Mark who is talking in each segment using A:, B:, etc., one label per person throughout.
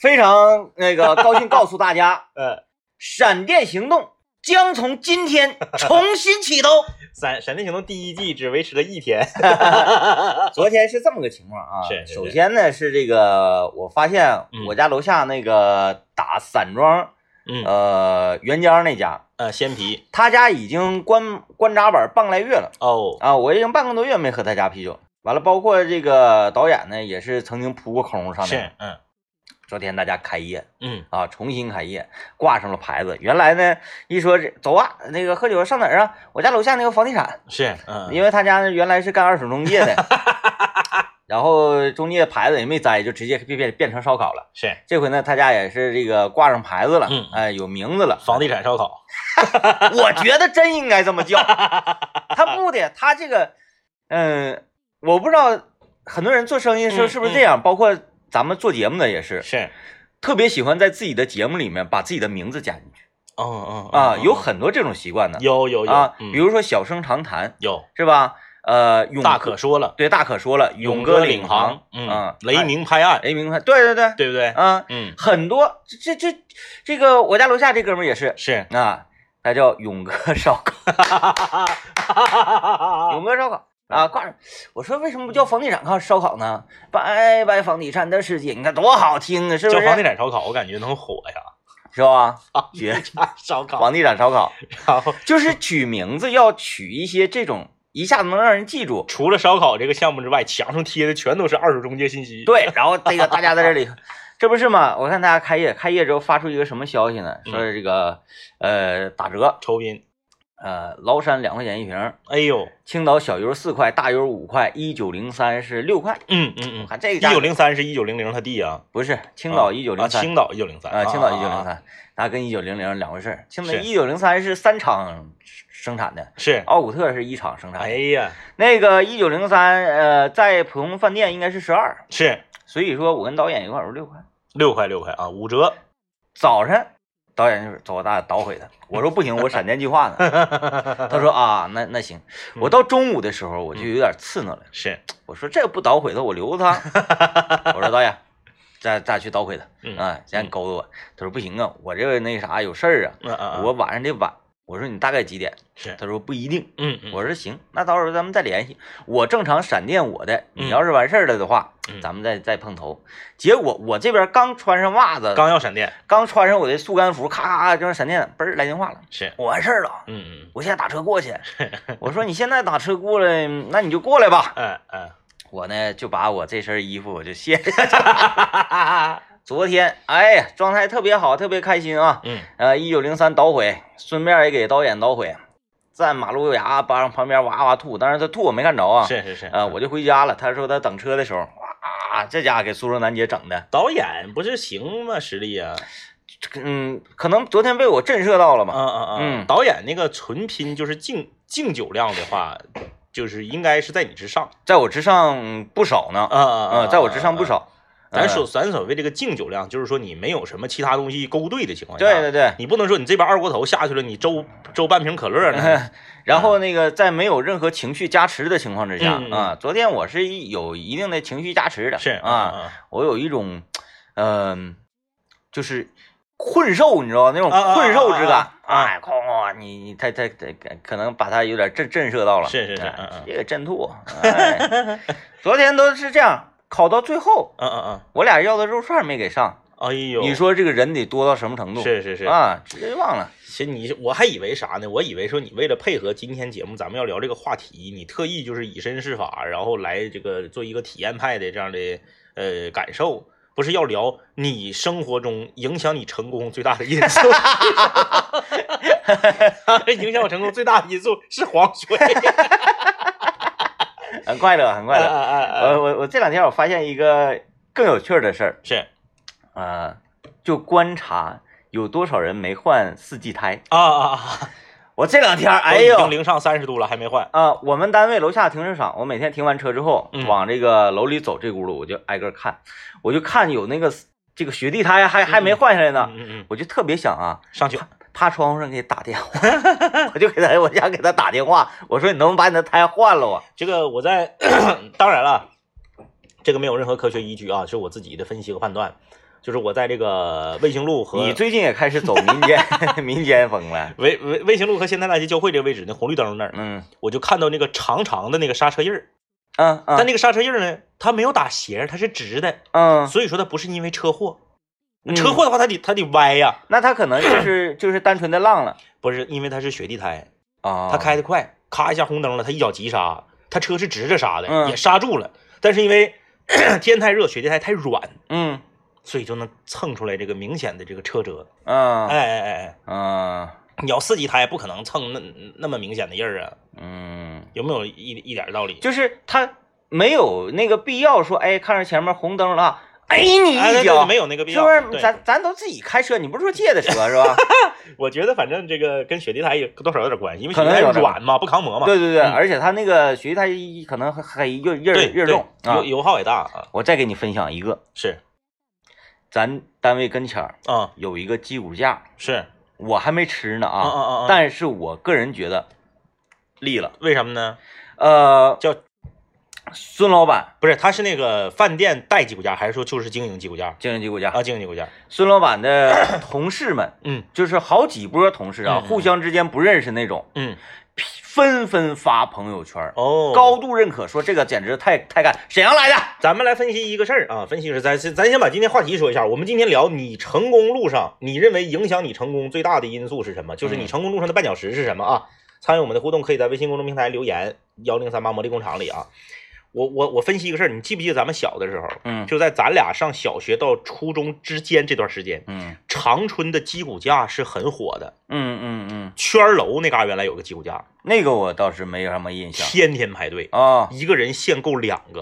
A: 非常那个高兴告诉大 家，
B: 呃，
A: 闪电行动将从今天重新启 动。
B: 闪闪电行动第一季只维持了一天，
A: 昨天是这么个情况啊，
B: 是是是
A: 首先呢是这个，我发现
B: 嗯
A: 我家楼下那个打散装，
B: 嗯
A: 呃，袁江那家，
B: 呃，鲜啤
A: 他家已经关关闸板半个来月了
B: 哦，
A: 啊，我已经半个多月没喝他家啤酒。完了，包括这个导演呢，也是曾经扑过空上
B: 是
A: 面。，
B: 嗯
A: 昨天大家开业，
B: 嗯
A: 啊，重新开业，挂上了牌子。原来呢，一说这走啊，那个喝酒上哪儿啊？我家楼下那个房地产，
B: 是，嗯
A: 因为他家原来是干二手中 介的，然后中介牌子也没摘，就直接变变变成烧烤了。
B: 是
A: 这回呢，他家也是这个挂上牌子了，
B: 嗯。
A: 哎，有名字了
B: 房地产烧烤，
A: 我觉得真应该这么 叫，他不的，他这个，嗯、我不知道很多人做生意的时候
B: 嗯
A: 是不是这样，包括咱们做节目的也是，
B: 是，
A: 特别喜欢在自己的节目里面把自己的名字加进去。
B: 嗯嗯
A: 啊，
B: 嗯
A: 有
B: 嗯
A: 很多这种习惯的
B: 有有有
A: 啊，
B: 嗯
A: 比如说小声长谈
B: 有
A: 是吧？呃，勇
B: 大可说了，
A: 对大可说了，勇哥领航，
B: 嗯
A: 啊，，
B: 雷鸣拍案，
A: 雷鸣，对对对，
B: 对不对？
A: 啊，
B: 嗯，
A: 很多这这这这个我家楼下这哥们儿也是
B: 是，
A: 啊，他叫勇哥烧烤，
B: 嗯
A: 勇哥烧烤。啊，挂上！我说为什么不叫房地产烤烧烤呢？拜拜房地产的世界，你看多好听啊，是不
B: 叫房地
A: 是？
B: 产烧烤，我感觉能火 呀，
A: 是吧？
B: 啊
A: 绝
B: 烧烤，
A: 房地产烧烤
B: 然后
A: 就是取名字要取一些这种一下子能让人记住，
B: 除了烧烤这个项目之外，墙上贴的全都是二手中介信 息。，
A: 对，然后这个大家在这 里，这不是吗？我看大家开业，开业之后发出一个什么消息呢？
B: 嗯
A: 说这个呃打折，
B: 酬宾，
A: 呃崂山两块钱一瓶，
B: 哎呦，
A: 青岛小油四块，大油五块，一九零三是六块。
B: 嗯嗯
A: 我
B: 嗯，
A: 看这个
B: 一
A: 价
B: 九
A: 格
B: 零三是一九零零他弟啊，
A: 不是青岛
B: 啊
A: 一九
B: 啊
A: 零三
B: 青岛一九零三
A: 啊，青岛一九零
B: 啊啊
A: 三，那跟一九零零两回事儿。青岛
B: 是
A: 一九零三是三厂生产的，
B: 是，
A: 奥古特是一厂生产的。
B: 哎呀，
A: 那个一九零三呃，在普通饭店应该是十二，
B: 是
A: 所以说我跟导演一块儿我说六块。
B: 六块六块啊，五折，
A: 早晨，导演就说走，咱俩捣毁他。我说不行，我闪电计划呢。他说啊，那那行。
B: 嗯
A: 我到中午的时候，我就有点刺挠了。
B: 是，
A: 我说这不捣毁他，我留着他。我说导演，咱咱去捣毁他
B: 嗯
A: 啊，先勾搭我。他说不行啊，我这那啥有事儿
B: 嗯
A: 啊，
B: 嗯，
A: 我晚上得晚。我说你大概几点？
B: 是，
A: 他说不一定。
B: 嗯嗯，
A: 我说行，那到时候咱们再联系。我正常闪电我的，你要是完事儿了的话，
B: 嗯
A: 咱们再再碰头。结果我这边刚穿上袜子，
B: 刚要闪电，
A: 刚穿上我的速干服，咔咔咔，就让闪电嘣儿来电话了，
B: 是，
A: 我完事儿了，
B: 嗯嗯，
A: 我现在打车过去。我说你现在打车过来，那你就过来吧。
B: 嗯嗯，
A: 我呢就把我这身衣服我就卸下。 昨天，哎呀，状态特别好，特别开心啊！
B: 嗯
A: 呃，一九零三捣毁，顺便也给导演捣毁，在马路牙帮旁边哇哇吐，但是他吐我没看着啊。
B: 是是是，
A: 呃，我就回家了。他说他等车的时候，哇，这家给苏州南街整的，
B: 导演不是行吗？实力啊，
A: 嗯，可能昨天被我震慑到了嘛。
B: 嗯嗯
A: 嗯
B: 嗯，导演那个纯拼就是敬敬酒量的话，就是应该是在你之上，
A: 在我之上不少呢，
B: 啊啊
A: 嗯，在我之上不。少。
B: 咱
A: 嗯
B: 所咱所谓这个敬酒量，就是说你没有什么其他东西勾兑的情况下，
A: 对对对，
B: 你不能说你这边二锅头下去了，你周周半瓶可乐
A: 哎
B: 呢，
A: 然后那个在没有任何情绪加持的情况之下
B: 嗯嗯嗯
A: 啊，昨天我是一有一定的情绪加持的，
B: 是嗯
A: 啊，，我有一种，嗯，就是困兽，你知道那种
B: 啊啊啊
A: 困兽之感
B: 啊，啊
A: 哎，哐哐，你你他他他可能把他有点震震慑到了，
B: 是是是
A: 哎
B: 嗯嗯
A: 直接给震 吐。哎昨天都是这样，烤到最后，
B: 嗯嗯
A: 我俩要的肉串没给上，
B: 嗯，哎呦，
A: 你说这个人得多到什么程度？
B: 是是是，
A: 啊，直接忘了。
B: 其实你我还以为啥呢？我以为说你为了配合今天节目咱们要聊这个话题，你特意就是以身试法，然后来这个做一个体验派的这样的呃感受，不是要聊你生活中影响你成功最大的因 素， 影响我成功最大的因素是黄水，
A: 很快乐，很
B: 啊
A: 快乐。呃
B: 乐，
A: 我我我这两天我发现一个更有趣儿的事儿
B: 是
A: 啊、就观察有多少人没换四季胎。
B: 啊啊啊！
A: 我这两天儿，哎呦
B: 哦都已经零上三十度了还没换，
A: 啊、我们单位楼下停车场，我每天停完车之后，
B: 嗯
A: 往这个楼里走这轱辘，我就挨个看，我就看有那个这个雪地胎还还没换下来呢，
B: 嗯嗯嗯，
A: 我就特别想啊，
B: 上去，
A: 趴窗户上给打电话， 我就给他，我想给他打电话，我说你能不能把你的胎换了啊？
B: 这个我 在，当然了，这个没有任何科学依据啊，是我自己的分析和判断。就是我在这个卫星路和
A: 你最近也开始走民 间民间风了。
B: 卫卫卫星路和仙台大街交汇这个位置，那红绿灯那儿，
A: 嗯
B: 我就看到那个长长的那个刹车印儿，
A: 嗯嗯，
B: 但那个刹车印儿呢，它没有打斜儿，它是直的，
A: 嗯，
B: 所以说它不是因为车祸，
A: 嗯
B: 车祸的话它得它得歪呀，
A: 那他可能就是就是单纯的浪了
B: 不是因为它是雪地胎，
A: 啊。
B: 他开的快，咔一下红灯了，他一脚急刹，他车是直着刹的，
A: 嗯
B: 也刹住了。但是因为 天太热，雪地胎太软，
A: 嗯
B: 所以就能蹭出来这个明显的这个车辙。哎
A: 嗯
B: 哎哎哎，
A: 嗯
B: 你要四级胎不可能蹭那那么明显的印儿啊，
A: 嗯，
B: 有没有一一点道理？
A: 就是他没有那个必要说，哎，看着前面红灯了，哎你
B: 哎
A: 一
B: 对对对
A: 脚，
B: 没有那个必
A: 是
B: 要。
A: 不是？
B: 对
A: 咱咱都自己开车，你不是说借的车是 吧？
B: 我觉得反正这个跟雪地胎也多少有点关系，因为雪
A: 可
B: 地
A: 能
B: 胎
A: 有点
B: 软嘛，不抗磨嘛，
A: 对对对，
B: 嗯
A: 而且他那个雪地胎一可能还还印儿印儿
B: 对
A: 印儿
B: 对
A: 重啊
B: 油。油耗也大啊，
A: 我再给你分享一个，
B: 是
A: 咱单位跟前儿
B: 啊
A: 有一个鸡骨架，
B: 是，
A: 我还没吃呢
B: 嗯嗯嗯嗯
A: 啊，但是我个人觉得利了。
B: 为什么呢？
A: 呃，
B: 叫
A: 孙老板
B: 不是，他是那个饭店带鸡骨架，还是说就是经营鸡骨架
A: 经营鸡骨架，
B: 啊？经营鸡骨架，
A: 孙老板的 同事们，
B: 嗯
A: 就是好几波同事啊，
B: 嗯嗯
A: 互相之间不认识那种，
B: 嗯，
A: 纷纷发朋友圈，
B: 哦，
A: 高，度认可，说这个简直太太干，沈阳来的，
B: 咱们来分析一个事儿啊，分析是咱咱咱先把今天话题说一下，我们今天聊你成功路上，你认为影响你成功最大的因素是什么？就是你
A: 嗯
B: 成功路上的绊脚石是什么啊？参与我们的互动，可以在微信公众平台留言幺零三八魔力工厂里啊。我我我分析一个事儿，你记不记得咱们小的时候，
A: 嗯
B: 就在咱俩上小学到初中之间这段时间，
A: 嗯
B: 长春的鸡骨架是很火的，
A: 嗯嗯嗯，
B: 圈儿楼那嘎原来有个鸡骨架，
A: 那个我倒是没有什么印 象
B: 天天排队，
A: 啊
B: 一个人限购两个，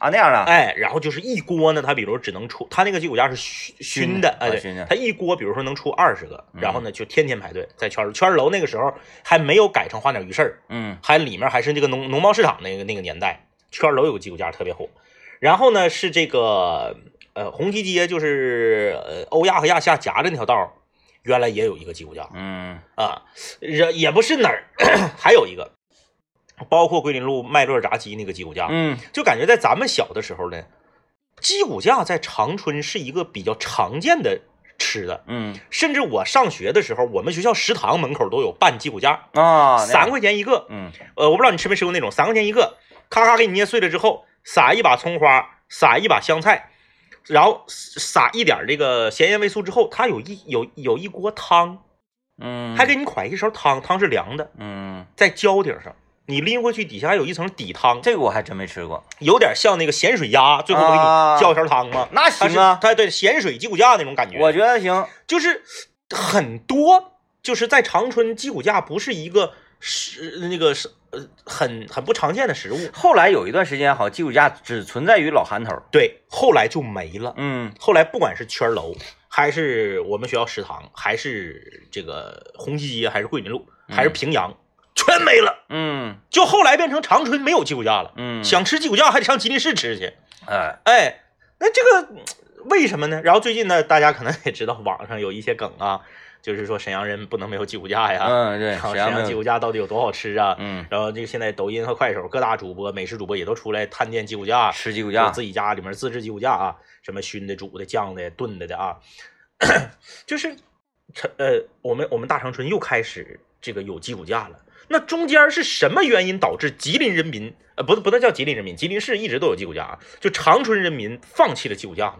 A: 啊那样的，
B: 哎，然后就是一锅呢，它比如只能出，它那个鸡骨架是熏熏的，哎，
A: 啊
B: 对
A: 熏的嗯
B: 它一锅比如说能出二十个，然后呢就天天排队在圈儿圈儿楼那个时候还没有改成花鸟鱼市，
A: 嗯
B: 还里面还是这个农农贸市场那个那个年代，圈儿楼有个鸡骨架特别火，然后呢是这个呃红旗街就是呃欧亚和亚夏夹着那条道儿，原来也有一个鸡骨架，
A: 嗯
B: 啊，也也不是哪儿， 还有一个，包括桂林路麦乐炸鸡那个鸡骨架，
A: 嗯
B: 就感觉在咱们小的时候呢，鸡骨架在长春是一个比较常见的吃的，
A: 嗯
B: 甚至我上学的时候，我们学校食堂门口都有拌鸡骨架，
A: 啊，那
B: 三
A: 样，
B: 块钱一个，
A: 嗯
B: 呃，我不知道你吃没吃过那种，三块钱一个，咔咔给你捏碎了之后，撒一把葱花，撒一把香菜。然后撒一点这个咸盐味素之后，它有一有有一锅汤，
A: 嗯，
B: 还给你㧟一勺汤，汤是凉的。
A: 嗯，
B: 在胶顶上，你拎回去底下还有一层底汤，
A: 这个我还真没吃过，
B: 有点像那个咸水鸭，最后不给
A: 啊
B: 你浇一勺汤吗？
A: 那
B: 它
A: 行
B: 是
A: 啊，
B: 它对咸水鸡骨架那种感觉，
A: 我觉得行，
B: 就是很多就是在长春鸡骨架不是一个是那个是呃很很不常见的食物，
A: 后来有一段时间，好像鸡骨架只存在于老韩头儿。
B: 对，后来就没了。
A: 嗯
B: 后来不管是圈楼，还是我们学校食堂，还是这个红旗街，还是桂林路，还是平阳，全没了。
A: 嗯
B: 就后来变成长春没有鸡骨架了。
A: 嗯，
B: 想吃鸡骨架还得上吉林市吃去。
A: 哎，
B: 哎，那这个嗯为什么呢？然后最近呢，大家可能也知道网上有一些梗啊，就是说沈阳人不能没有鸡骨架呀，
A: 嗯对，
B: 然后
A: 沈
B: 沈
A: 阳
B: 阳
A: 没
B: 鸡
A: 有，
B: 骨架到底有多好吃啊？
A: 嗯，
B: 然后这个现在抖音和快手各大主播、美食主播也都出来探店鸡骨架，
A: 吃鸡骨
B: 就
A: 架，
B: 啊自己家里面自制鸡骨架啊，什么熏的、煮的、酱的、炖的的啊， 就是成呃，我们我们大长春又开始这个有鸡骨架了。那中间是什么原因导致吉林人民呃不不能叫吉林人民，吉林市一直都有鸡骨架啊，就长春人民放弃了鸡骨架呢？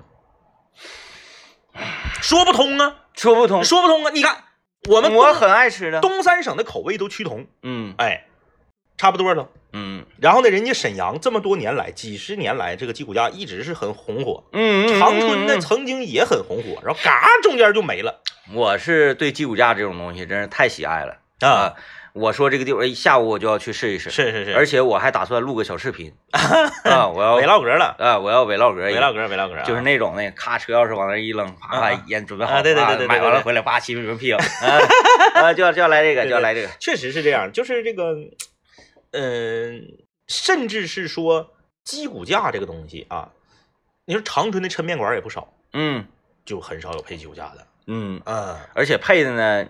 B: 说不通啊，
A: 说不通。
B: 说不通啊！你看我们
A: 我
B: 东
A: 很爱吃的，
B: 东三省的口味都趋同，
A: 嗯
B: 哎，差不多了。
A: 嗯
B: 然后呢，人家沈阳这么多年来，几十年来，这个鸡骨架一直是很红火。
A: 嗯，嗯
B: 长春呢
A: 嗯嗯
B: 曾经也很红火，然后嘎中间就没了
A: 我是对鸡骨架这种东西真是太喜爱了。啊。我说这个地方，哎下午我就要去试一试，
B: 是是是，
A: 而且我还打算录个小视 频啊，我要
B: 围唠嗑了，
A: 啊，我要 vlog
B: 围
A: 一下。
B: 唠嗑，围唠嗑啊，
A: 就是那种那咔车钥匙往那一扔，啪
B: 啊
A: 把
B: 啊
A: 烟准备好
B: 啊
A: 了，
B: 对对对对对
A: 买完
B: 对
A: 了
B: 对
A: 回来啪吸瓶 屁股，啊啊，就要就要来这个，
B: 对
A: 就要来这个，
B: 确实是这样，就是这个，嗯、甚至是说鸡骨架这个东西啊，你说长春的抻面馆也不少，
A: 嗯
B: 就很少有配鸡骨架的，
A: 嗯，
B: 嗯，
A: 而且配的呢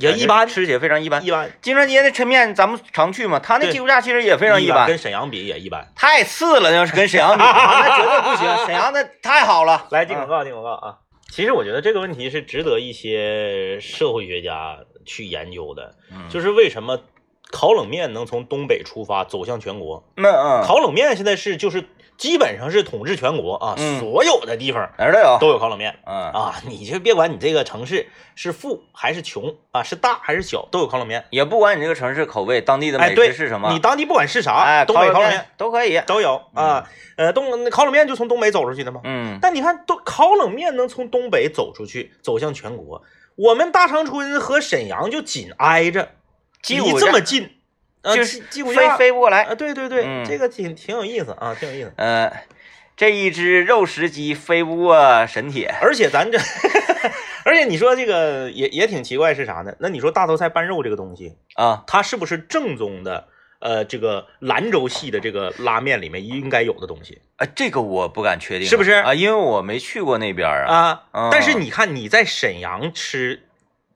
B: 也
A: 感觉
B: 一般
A: 吃起来非常一般。
B: 一般
A: 金川街那抻面咱们常去嘛，他那
B: 对
A: 鸡骨架其实也非常一般，
B: 跟沈阳比也一般。
A: 太次了，要是跟沈阳比，那绝对不行。沈阳那太好了，
B: 来进广
A: 啊
B: 告，进广告啊！其实我觉得这个问题是值得一些社会学家去研究的，
A: 嗯
B: 就是为什么烤冷面能从东北出发走向全国？
A: 那嗯，
B: 烤冷面现在是就是基本上是统治全国啊，
A: 嗯
B: 所有的地方
A: 哪儿都有，
B: 都有烤冷面
A: 嗯啊，
B: 啊，你就别管你这个城市是富还是穷啊，是大还是小，都有烤冷面。
A: 也不管你这个城市口味，当地的
B: 哎，
A: 美
B: 对，
A: 食是什么，
B: 你当地不管是啥，
A: 哎，
B: 东北
A: 烤
B: 烤冷
A: 面嗯都可以，
B: 都有啊。呃，东那烤冷面就从东北走出去的嘛。
A: 嗯，
B: 但你看，都烤冷面能从东北走出去，走向全国。我们大长春和沈阳就紧挨着，
A: 击
B: 离
A: 鼓
B: 这
A: 架
B: 么近，呃
A: 就是
B: 击击鼓
A: 飞
B: 架
A: 飞不过来
B: 啊，，对对对，
A: 嗯
B: 这个挺挺有意思啊，挺有意思。
A: 呃，这一只肉食鸡飞不过神铁，
B: 而且咱这， 而且你说这个也也挺奇怪是啥呢？那你说大头菜拌肉这个东西，
A: 啊，
B: 它是不是正宗的？呃，这个兰州系的这个拉面里面应该有的东西
A: 呃，这个我不敢确定啊，
B: 是不是
A: 啊？因为我没去过那边儿啊，
B: 啊
A: 嗯
B: 但是你看你在沈阳吃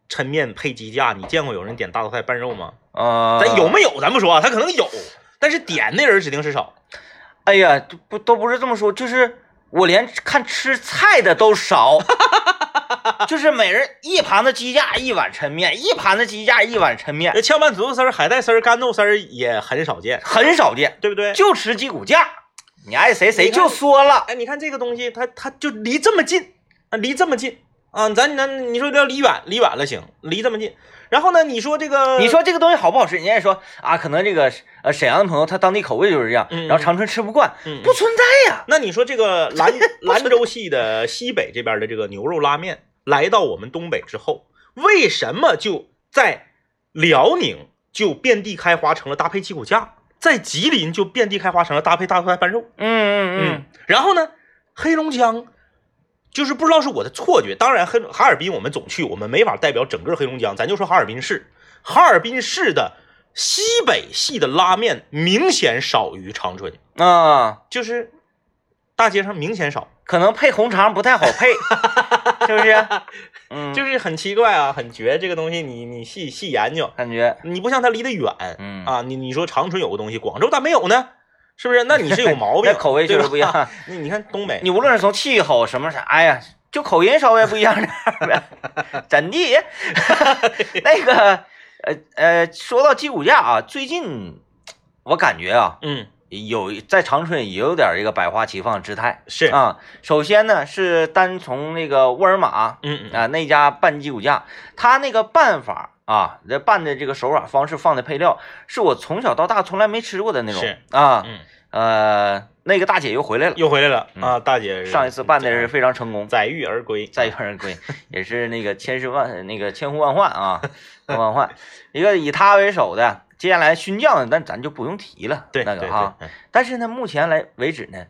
B: 抻面配鸡架，你见过有人点大头菜拌肉吗？
A: 呃，
B: 咱有没有咱不说啊，他可能有，但是点的人指定是少。
A: 哎呀，都不都不是这么说，就是我连看吃菜的都 少，就是每人一盘子鸡架一碗抻面，一盘子鸡架一碗抻面，
B: 那炝拌土豆丝儿、海带丝儿、干豆丝儿也很少见，
A: 很少见，
B: 对不对？
A: 就吃鸡骨架，你爱谁谁
B: 你看
A: 就说了，
B: 哎，你看这个东西，它它就离这么近啊，离这么近啊，咱咱你说要离远离远了行，离这么近。然后呢，你说这个，
A: 你说这个东西好不好吃？人家也说啊，可能这个呃沈阳的朋友他当地口味就是这样，
B: 嗯嗯
A: 然后长春吃不惯，
B: 嗯
A: 不存在呀、
B: 那你说这个兰兰州系的西北这边的这个牛肉拉面，来到我们东北之后，为什么就在辽宁就遍地开花成了搭配鸡骨架，在吉林就遍地开花成了搭配大块拌肉？
A: 嗯嗯
B: 嗯，然后呢，黑龙江就是不知道是我的错觉，当然黑哈尔滨我们总去，我们没法代表整个黑龙江，咱就说哈尔滨市，哈尔滨市的西北系的拉面明显少于长春，
A: 嗯啊，
B: 就是大街上明显少，
A: 可能配红肠不太好 配，是不是？嗯，
B: 就是很奇怪啊，很绝这个东西你，你细细研究，
A: 感觉
B: 你不像它离得远，
A: 嗯
B: 啊，你你说长春有个东西，广州咋没有呢？是不是？那你是有毛病，
A: 那口味确实不一样
B: 对吧。你你看东北，
A: 你无论是从气候什么啥，哎呀，就口音稍微不一样点儿 呗，怎的？那个，呃呃，说到鸡骨架啊，最近我感觉啊，
B: 嗯
A: 有在长春也有点儿这个百花齐放之态
B: 是，
A: 啊。首先呢，是单从那个沃尔玛啊、
B: 嗯嗯
A: 那家拌鸡骨架，他那个办法。啊，这拌的这个手法方式放的配料，是我从小到大从来没吃过的那种
B: 是
A: 啊，
B: 嗯，
A: 呃，那个大姐又回来了，
B: 又回来了
A: 嗯
B: 啊，大姐是
A: 上一次办的是非常成功，
B: 载誉而归，啊
A: 再一个人 归也是那个千是万那个千呼万唤啊，千呼万唤，一个以他为首的，接下来勋将，但咱就不用提了，
B: 对
A: 那
B: 对
A: 个哈。
B: 对
A: 但是呢，目前来为止呢，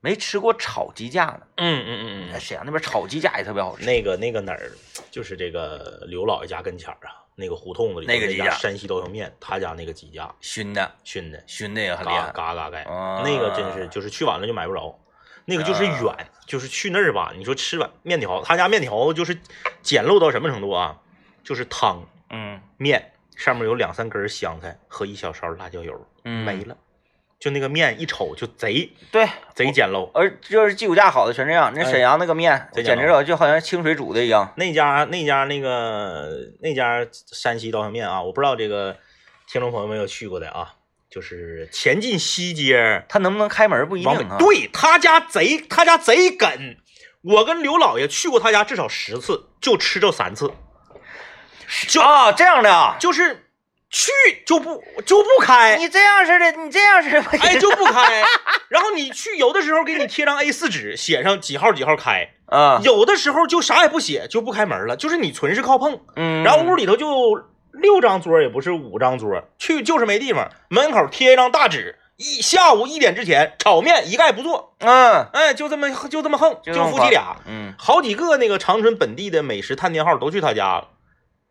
A: 没吃过炒鸡架呢，
B: 嗯嗯嗯嗯
A: 沈阳那边炒鸡架也特别好
B: 嗯，
A: 吃，
B: 那个那个哪儿，就是这个刘老爷家跟前儿啊，那个胡同子里
A: 那个
B: 那
A: 鸡
B: 家
A: 架
B: 山西刀削面，他家那个鸡架
A: 熏的
B: 熏的，
A: 熏的也很厉
B: 嘎
A: 害，
B: 嘎嘎盖，
A: 啊
B: 那个真是就是去晚了就买不着。那个就是远，就是去那儿吧。你说吃碗面条，他家面条就是简陋到什么程度啊？就是汤
A: 嗯
B: 面上面有两三根香菜和一小勺辣椒油，
A: 嗯，
B: 没了。就那个面一瞅就贼
A: 对，
B: 贼简陋。
A: 而就是鸡骨架好的全这样，那
B: 哎
A: 沈阳那个面
B: 这
A: 简直
B: 讲
A: 了，就好像清水煮的一样，
B: 那家那家那个那家山西刀削面啊，我不知道这个听众朋友们有去过的啊，就是前进西街儿
A: 它能不能开门不一定
B: 往北
A: 啊，
B: 对他家贼他家贼梗，我跟刘老爷去过他家至少十次，就吃这三次，就
A: 啊这样的啊，
B: 就是去就不就不开，
A: 你这样式的，你这样式的，
B: 哎，就不开。然后你去，有的时候给你贴张 A 4纸，写上几号几号开；
A: 啊，
B: 有的时候就啥也不写，就不开门了。就是你纯是靠碰。
A: 嗯，
B: 然后屋里头就六张桌，也不是五张桌，去就是没地方。门口贴一张大纸，一下午一点之前炒面一概不做。
A: 嗯，
B: 哎，就这么就这么横，就
A: 这么
B: 夫妻俩
A: 法，，嗯
B: 好几个那个长春本地的美食探店号都去他家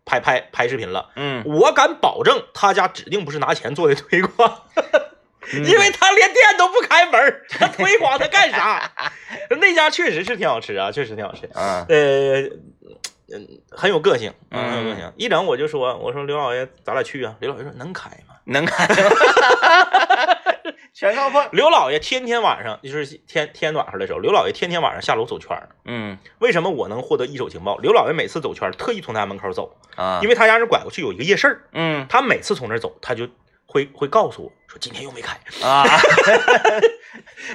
B: 拍拍拍视频了。
A: 嗯，
B: 我敢保证，他家指定不是拿钱做的推广，
A: 嗯
B: 因为他连店都不开门儿， 他推广他干啥？ 那家确实是挺好吃啊，确实挺好吃。
A: 啊，
B: 呃，嗯，很有个性，
A: 嗯
B: 很有个性。一整我就 说，我说刘老爷，咱俩去啊。刘老爷说能开吗？
A: 能开，全靠碰。
B: 刘老爷天天晚上就是天天晚上的时候，刘老爷天天晚上下楼走圈儿。
A: 嗯
B: 为什么我能获得一手情报？刘老爷每次走圈儿特意从他门口走，
A: 啊，
B: 因
A: 为
B: 为他家那拐过去有一个夜市儿，
A: 嗯
B: 他每次从那儿走，他就会会告诉我说今天又没 开。
A: 啊，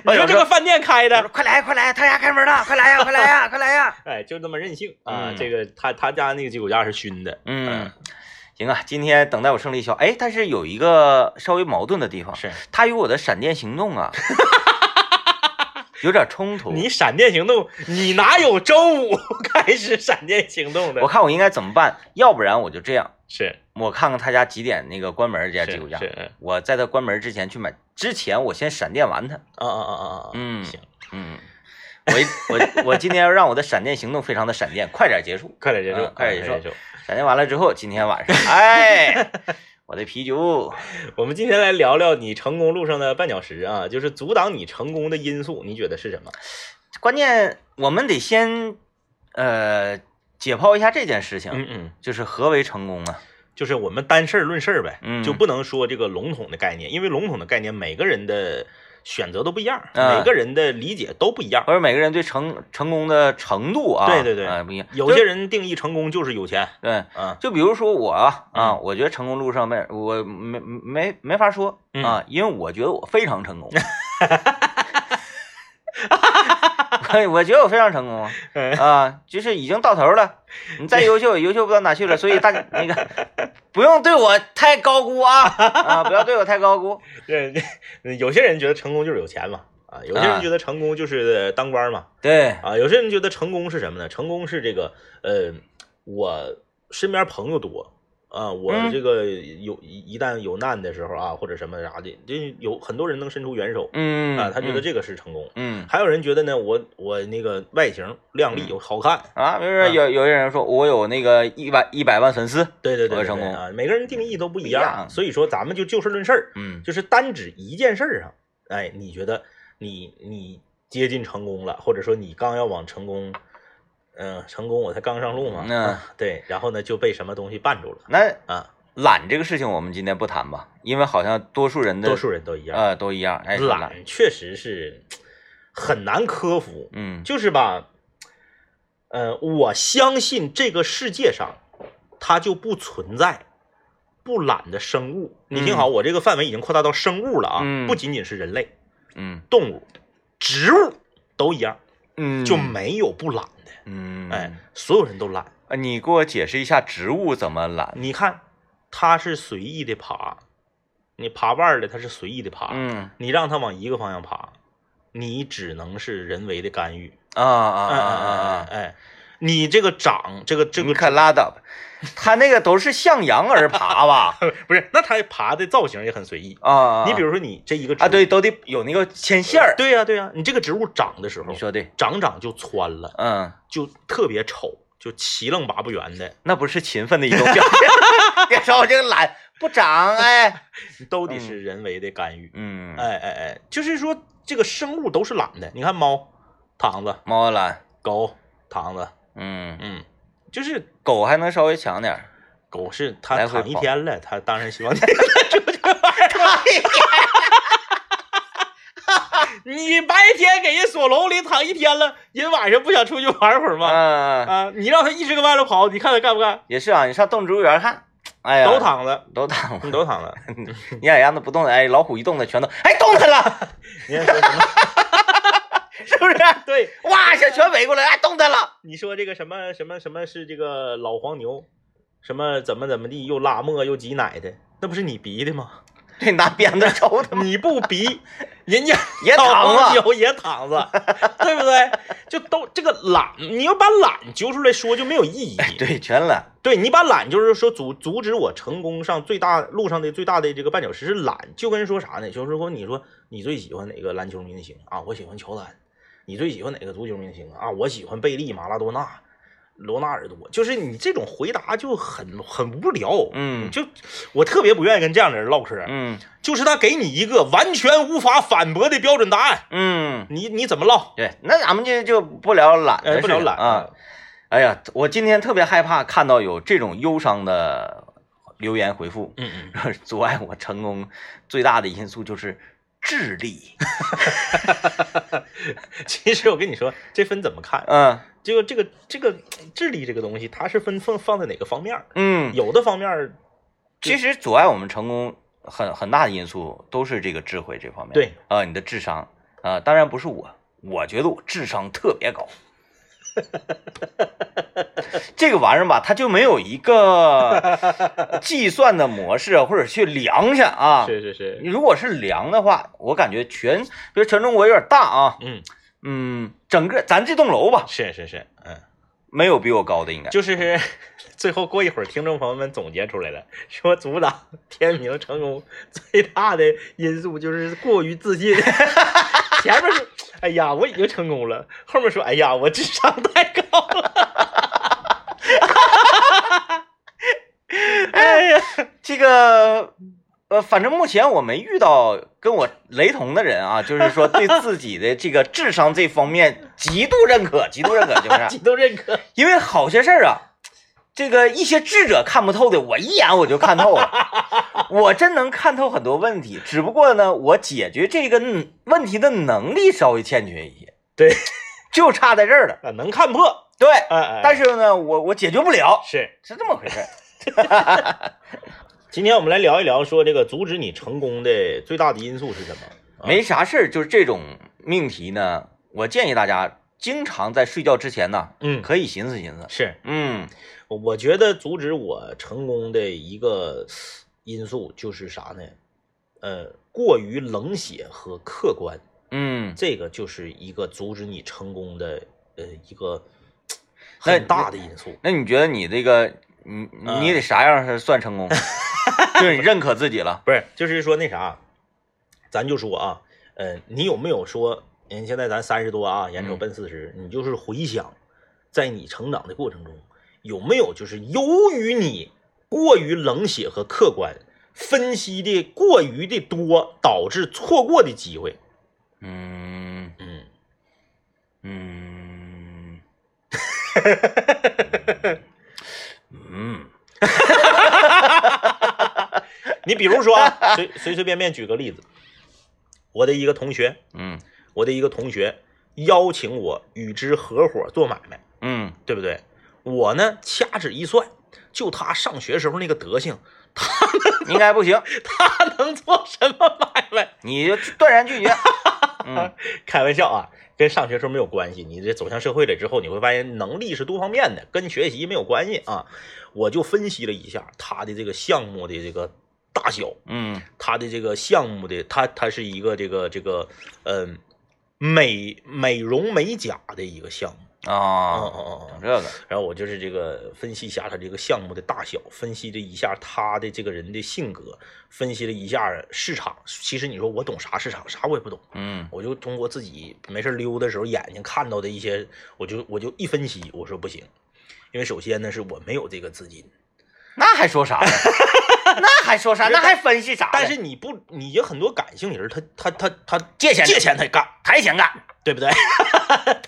B: 你哎说这个饭店开
A: 我说
B: 的，
A: 快来快来，他家开门了，快来呀快来呀快来呀。
B: 哎，就这么任性啊！
A: 嗯
B: 这个他他家那个鸡骨架是熏的，
A: 嗯，行啊，今天等待我胜利消。哎，但是有一个稍微矛盾的地方，
B: 是
A: 他与我的闪电行动 啊，有点冲突。
B: 你闪电行动，你哪有周五 开始闪电行动的？
A: 我看我应该怎么办？要不然我就这样，
B: 是
A: 我看看他家几点那个关门儿，这家
B: 是
A: 鸡骨架
B: 是。嗯
A: 我在他关门之前去买，之前我先闪电完他。
B: 啊啊啊啊啊！
A: 嗯
B: 行，
A: 嗯，我一我我今天要让我的闪电行动非常的闪电，快点结束。
B: 快点结束
A: 嗯，
B: 啊快
A: 快
B: 点
A: 点
B: 结
A: 结
B: 束。
A: 闪电完了之后，今天晚上， 哎，我的啤酒，
B: 我们今天来聊聊你成功路上的绊脚石啊，就是阻挡你成功的因素，你觉得是什么？
A: 关键我们得先呃解剖一下这件事情，
B: 嗯嗯，
A: 就是何为成功啊？
B: 就是我们单事儿论事儿呗，
A: 嗯
B: 就不能说这个笼统的概念，因为笼统的概念每个人的选择都不一样，
A: 嗯
B: 每个人的理解都不一样。
A: 或者每个人对成成功的程度啊，
B: 对对对
A: 啊不一样，
B: 有些人定义成功就是有钱，
A: 对。
B: 啊，
A: 就比如说我啊，啊，
B: 嗯
A: 我觉得成功路上没我没没没法说
B: 嗯
A: 啊，因为我觉得我非常成 功，哎我我觉得我非常成功啊
B: 嗯
A: 啊，就是已经到头了，你再优秀也优秀不到哪去了，所以大那个不用对我太高估啊啊，不要对我太高估，
B: 这有些人觉得成功就是有钱嘛，啊，有些人
A: 啊
B: 觉得成功就是当官嘛，
A: 对，
B: 啊，有些人觉得成功是什么呢？成功是这个，呃，我身边朋友多啊，我
A: 嗯
B: 这个有一一旦有难的时候啊，或者什么啥的，就有很多人能伸出援手
A: 嗯
B: 啊，他觉得
A: 嗯
B: 这个是成功。
A: 嗯
B: 还有人觉得呢，我我那个外形靓丽又好看，
A: 啊，比如说有有些人说我有那个一百一百万粉丝，
B: 对对对
A: 我
B: 对
A: 成
B: 对
A: 功
B: 啊，每个人定义都不一
A: 不一
B: 样，
A: 样
B: 所以说咱们就就事论事儿，
A: 嗯
B: 就是单指一件事儿上，哎，你觉得你你接近成功了，或者说你刚要往成功，嗯、成功我才刚上路嘛，
A: 嗯
B: 啊对，然后呢就被什么东西绊住了
A: 那
B: 啊，
A: 懒这个事情我们今天不谈吧，因为好像多数人的
B: 多数人都一样，
A: 呃都一样，哎，是懒，
B: 懒确实是很难克服，
A: 嗯
B: 就是吧，呃，我相信这个世界上它就不存在。不懒的生物，你听好，我这个范围已经扩大到生物了啊，
A: 嗯
B: 不仅仅是人类、
A: 嗯
B: 动物、植物都一样，
A: 嗯
B: 就没有不懒的，
A: 嗯
B: 哎，所有人都懒。
A: 呃你给我解释一下植物怎么懒？
B: 你看，它是随意的爬，你爬腕儿的，它是随意的爬，
A: 嗯
B: 你让它往一个方向爬，你只能是人为的干预。
A: 啊啊啊
B: 哎哎
A: 啊
B: 哎
A: 啊！
B: 哎哎，你这个长，这个这
A: 你
B: 个
A: 可拉倒吧，它那个都是向阳而爬 吧？
B: 不是，那它爬的造型也很随意。
A: 啊啊，啊
B: 你比如说，你这一个植物
A: 啊，对，都得有那个牵线儿。
B: 对呀、对呀、你这个植物长的时候
A: 你，说对，
B: 长长就窜了，
A: 嗯，
B: 就特别丑，就七棱八不圆的，
A: 那不是勤奋的一种表现。 别说我这个懒不长哎，
B: 都得是人为的干预。
A: 嗯，
B: 哎哎哎，就是说这个生物都是懒的。你看猫，躺着；
A: 猫懒，
B: 狗，躺着。
A: 嗯，
B: 嗯，就是
A: 狗还能稍微强点儿。
B: 狗是它
A: 来回
B: 躺一
A: 跑
B: 天了，它当然 希望你你白天给人锁笼里躺一天了，人晚上不想出去玩会儿吗？
A: 嗯，
B: 啊，你让它一直搁外头跑，你看它干不干？
A: 也是啊，你上动植物园看，哎呀，
B: 都躺着，
A: 都躺
B: 你都躺 着。
A: 你俩让它不动，哎，老虎一动它全都，哎，动弹了，
B: 你看说什么？
A: 是不是？
B: 对，
A: 哇，一下全围过来，哎，动弹了。
B: 你说这个什么什么什么是这个老黄牛，什么怎么怎么地又拉磨又挤奶的，那不是你逼的吗？
A: 这拿鞭子抽它，
B: 你不逼， 人家
A: 也躺
B: 老黄
A: 啊
B: 牛也躺 着，对不对？就都这个懒，你要把懒揪出来说就没有意义。
A: 对，全了。
B: 对你把懒就是说阻阻止我成功上最大路上的最大的这个绊脚石是懒，就跟说啥呢？就是说你说你最喜欢哪个篮球明星啊？我喜欢乔丹。你最喜欢哪个足球明星啊？啊我喜欢贝利、马拉多纳、罗纳尔多。就是你这种回答就很很无聊。
A: 嗯
B: 就我特别不愿意跟这样的人唠嗑。
A: 嗯
B: 就是他给你一个完全无法反驳的标准答案，
A: 嗯，
B: 你你怎么唠？
A: 对，那咱们就就不聊懒的
B: 哎，
A: 事
B: 不
A: 情
B: 聊懒
A: 啊。。哎呀，我今天特别害怕看到有这种忧伤的留言回复，
B: 嗯嗯，
A: 阻碍我成功最大的因素就是智力。
B: 其实我跟你说，这分怎么看？
A: 嗯
B: 这个这个这个智力这个东西，它是分放放在哪个方面儿？
A: 嗯，
B: 有的方面儿
A: 其实阻碍我们成功很很大的因素都是这个智慧这方面。
B: 对
A: 啊、你的智商啊、当然不是我，我觉得我智商特别高。这个玩意儿吧，它就没有一个计算的模式，或者去量去啊。
B: 是是是，
A: 如果是量的话，我感觉全，比如全中国有点大啊，
B: 嗯，
A: 嗯，整个咱这栋楼吧，
B: 是是是，嗯，
A: 没有比我高的应该。
B: 就是 最后过一会儿，听众朋友们总结出来了，说阻挡天明成功最大的因素就是过于自信。 前面说，哎呀，我已经成功了，后面说，哎呀，我智商太高了。
A: 哎呀，这个呃，反正目前我没遇到跟我雷同的人啊，就是说对自己的这个智商这方面极度认可，极度认可，就
B: 极
A: 是
B: 度认可，
A: 因为好些事儿啊，这个一些智者看不透的，我一眼我就看透了，我真能看透很多问题，只不过呢，我解决这个嗯问题的能力稍微欠缺一些，
B: 对，
A: 就差在这儿了，
B: 啊，能看破，
A: 对，
B: 哎哎，
A: 但是呢，我我解决不了，
B: 是
A: 是这么回事儿，
B: 今天我们来聊一聊，说这个阻止你成功的最大的因素是什么？啊
A: 没啥事儿，就是这种命题呢，我建议大家经常在睡觉之前呢，
B: 嗯，
A: 可以寻思寻思。
B: 是
A: 嗯
B: 我我觉得阻止我成功的一个因素就是啥呢？呃，过于冷血和客观，
A: 嗯，
B: 这个就是一个阻止你成功的呃一个
A: 那
B: 很大的因素。
A: 那你觉得你这个，你
B: 嗯
A: 你得啥样是算成功？ 就是你认可自己了。
B: 不是，就是说那啥，啊咱就说啊，呃，你有没有说，嗯，现在咱三十多啊，眼瞅
A: 嗯
B: 奔四十，你就是回想，在你成长的过程中，有没有就是由于你过于冷血和客观，分析的过于的多，导致错过的机会？
A: 嗯
B: 嗯，
A: 嗯嗯，
B: 你比如说啊，随随随便便举个例子，我的一个同学，
A: 嗯
B: 我的一个同学邀请我与之合伙做买卖。
A: 嗯
B: 对不对？我呢，掐指一算，就他上学时候那个德行，
A: 应该不行，
B: 他能做什么买卖？
A: 你就断然拒绝。嗯
B: 开玩笑啊，跟上学时候没有关系。你这走向社会了之后，你会发现能力是多方面的，跟学习没有关系啊。我就分析了一下他的这个项目的这个大小，
A: 嗯
B: 他的这个项目的，他他是一个这个这个嗯、美美容美甲的一个项目。
A: 啊，
B: 嗯嗯嗯
A: 整这个，
B: 然后我就是这个分析一下他这个项目的大小，分析了一下他的这个人的性格，分析了一下市场。其实你说我懂啥市场，啥我也不懂，
A: 嗯
B: 我就通过自己没事溜的时候眼睛看到的一些，我就我就一分析，我说不行，因为首先呢是我没有这个资金，
A: 那还说啥呢？ 那还 说啥？那还分析啥呢？
B: 但是你不，你有很多感性人，他他他他
A: 借钱
B: 借钱他干，
A: 还行啊，
B: 对不对？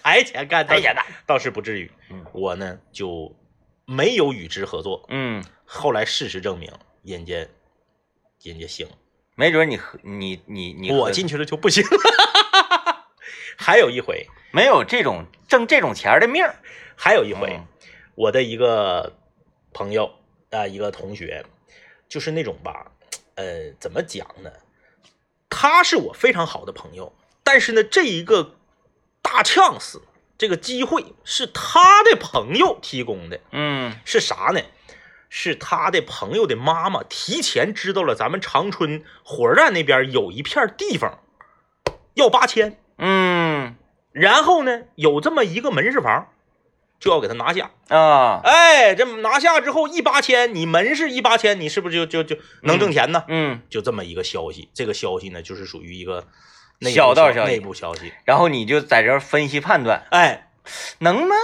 B: 抬钱干，
A: 还行啊。
B: 倒是不至于
A: 嗯，
B: 我呢就没有与之合作。
A: 嗯，
B: 后来事实证明，人家人家行，
A: 没准你和你你你
B: 我
A: 和
B: 进去了就不行。 还有一回，
A: 没有这种挣这种钱儿的命儿。
B: 还有一回，
A: 嗯
B: 我的一个朋友啊、一个同学，就是那种吧，呃，怎么讲呢？他是我非常好的朋友，但是呢，这一个大 chance 这个机会是他的朋友提供的，
A: 嗯
B: 是啥呢？是他的朋友的妈妈提前知道了咱们长春火车站那边有一片地方要八千，
A: 嗯
B: 然后呢有这么一个门市房，就要给他拿下。
A: 啊
B: 哎，这拿下之后一八千，你门市一八千，你是不是就就就能挣钱呢？
A: 嗯，
B: 就这么一个消息，这个消息呢就是属于一个内部
A: 小道消息
B: 内部消息。
A: 然后你就在这儿分析判断，
B: 哎，
A: 能吗？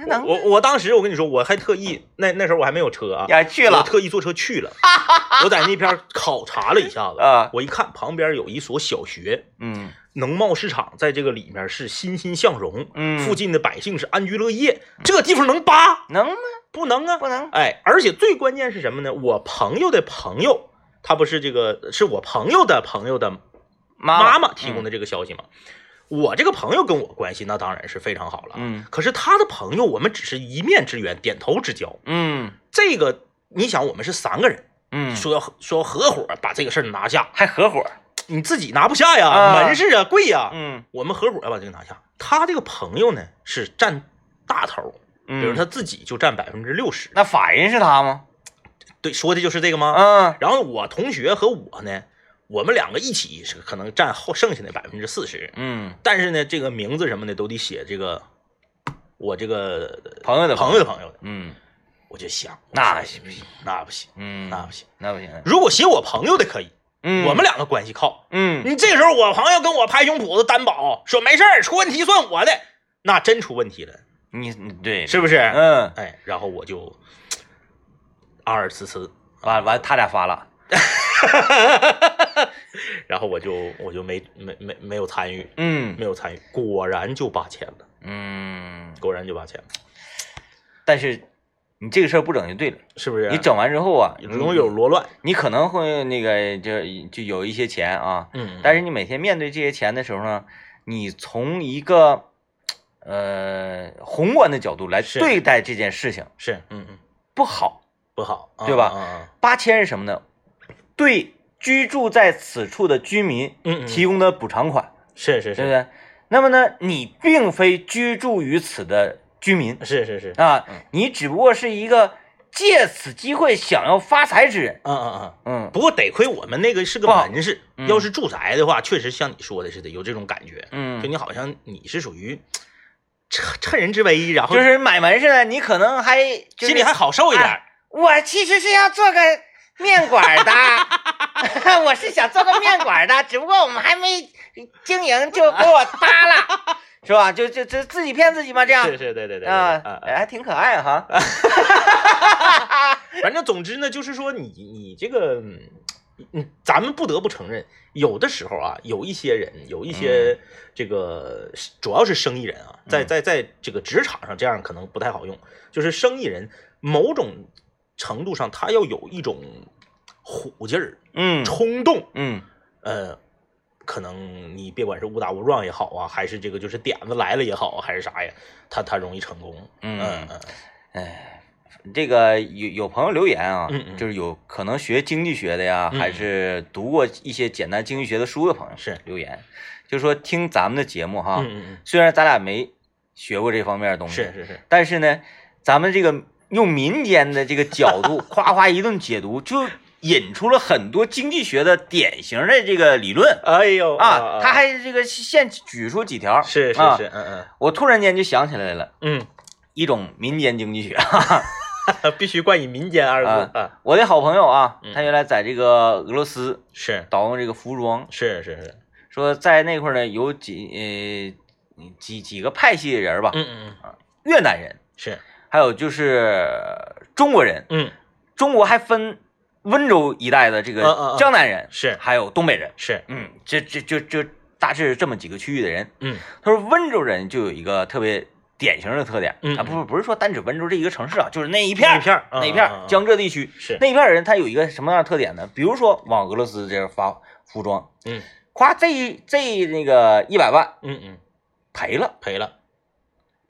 B: 我
A: 能
B: 我我当时我跟你说，我还特意那那时候我还没有车啊，
A: 呀，去
B: 我
A: 了
B: 特意坐车去 了，我在那边儿考察了一下子，
A: 啊，
B: 我一看旁边有一所小学，
A: 嗯
B: 农贸市场在这个里面是欣欣向荣，
A: 嗯，
B: 附近的百姓是安居乐业，这个地方能扒
A: 能吗？
B: 不能啊？
A: 不能，
B: 哎，而且最关键是什么呢？我朋友的朋友她不是这个是我朋友的朋友的
A: 妈
B: 妈
A: 妈
B: 妈提供的这个消息嘛。我这个朋友跟我关系那当然是非常好了，
A: 嗯
B: 可是他的朋友我们只是一面之缘，点头之交。
A: 嗯
B: 这个你想，我们是三个人，
A: 嗯，
B: 说要说要合伙把这个事儿拿下，
A: 还合伙儿，
B: 你自己拿不下呀，
A: 啊
B: 门市啊贵呀，
A: 嗯
B: 我们合伙要把这个拿下。他这个朋友呢是占大头，比
A: 嗯，
B: 如他自己就占百分之六十，
A: 那法人是他吗？
B: 对，说的就是这个吗？
A: 嗯
B: 然后我同学和我呢，我们两个一起是可能占后剩下的百分之四十，
A: 嗯，
B: 但是呢，这个名字什么的都得写这个我这个
A: 朋友的
B: 朋友的朋友的，
A: 嗯
B: 我就想
A: 那
B: 我说不行，那不行，
A: 嗯，
B: 那不行。
A: 那不行，
B: 如果写我朋友的可以，
A: 嗯，
B: 啊我们两个关系靠。
A: 嗯
B: 你这时候我朋友跟我拍胸脯子担保说没事儿，出问题算我的，那真出问题了，
A: 你你对
B: 是不是？
A: 嗯，
B: 哎，然后我就阿尔呲呲，
A: 完完他俩发了，
B: 然后我就我就没没没没有参与。
A: 嗯
B: 没有参与，果然就八千了，
A: 嗯，
B: 果然就八千了，
A: 但是你这个事儿不整就对了，
B: 是不是？嗯
A: 你整完之后啊，
B: 总有罗乱，
A: 你可能会那个就就有一些钱啊，
B: 嗯
A: 但是你每天面对这些钱的时候呢，你从一个呃宏观的角度来
B: 是
A: 对待这件事情
B: 是，嗯嗯，
A: 不好。
B: 不好，啊
A: 对吧
B: 啊啊
A: 八千是什么呢？对居住在此处的居民
B: 嗯嗯
A: 提供的补偿款，
B: 是
A: 对
B: 是
A: 不
B: 是
A: 对？那么呢，你并非居住于此的居民
B: 是是是，
A: 啊，你只不过是一个借此机会想要发财之人。
B: 嗯嗯嗯。
A: 嗯
B: 不过得亏我们那个是个
A: 不好
B: 门市，
A: 嗯
B: 要是住宅的话，确实像你说的似的，有这种感觉，就
A: 嗯，
B: 你好像你是属于趁趁人之危，然后
A: 就是买门似的，你可能还
B: 心里还好受一点儿，
A: 我其实是要做个面馆儿的， 我是想做个面馆儿的，只不过我们还没经营就给我搭了， 是吧？就就就自己骗自己嘛，这样
B: 是是，对对对对，
A: 哎啊
B: 啊，
A: 哎还挺可爱哈。
B: 反正总之呢，就是说你你这个，嗯嗯，咱们不得不承认，有的时候啊，有一些人，有一
A: 嗯
B: 些这个，主要是生意人啊，在在在这个职场上这样可能不太好用，就是生意人某种程度上他要有一种虎劲儿、
A: 嗯
B: 冲动，
A: 嗯
B: 呃。可能你别管是误打误撞也好啊，还是这个就是点子来了也好啊，还是啥呀，他他容易成功。嗯
A: 嗯，哎，这个有有朋友留言啊
B: 嗯嗯，
A: 就是有可能学经济学的呀，
B: 嗯
A: 还是读过一些简单经济学的书的朋友
B: 是
A: 留言，就说听咱们的节目哈
B: 嗯，嗯
A: 虽然咱俩没学过这方面的东
B: 嗯，
A: 西，
B: 是是是，
A: 但是呢，咱们这个用民间的这个角 度，夸夸一顿解读，就引出了很多经济学的典型的这个理论
B: 哎呦
A: 啊。他还这个现举出几条，
B: 是是
A: 啊
B: 是，嗯
A: 我突然间就想起来了
B: 嗯
A: 一种民间经济学。
B: 嗯，必须冠以民间二字啊，
A: 我的好朋友啊
B: 嗯，
A: 他原来在这个俄罗斯
B: 是
A: 倒用这个服装，
B: 是是是，
A: 说在那块儿呢有几呃几几个派系的人吧，
B: 嗯嗯嗯，
A: 越南人，
B: 是，
A: 还有就是中国人，
B: 嗯
A: 中国还分温州一带的这
B: 嗯嗯
A: 个
B: 嗯
A: 江南人，
B: 是
A: 还有东北人，
B: 是，
A: 嗯，这这这这大致这么几个区域的人。
B: 嗯
A: 他说温州人就有一个特别典型的特点
B: 嗯
A: 啊，不不是说单指温州这一个城市啊，就是那一片
B: 那一
A: 儿
B: 片儿
A: 那一
B: 嗯
A: 片
B: 嗯
A: 儿
B: 嗯
A: 江浙地区
B: 是
A: 那一片儿人，他有一个什么样的特点呢？比如说往俄罗斯这边发服装，
B: 嗯
A: 夸这一这一那个一百万
B: 嗯嗯，
A: 赔了，
B: 赔了，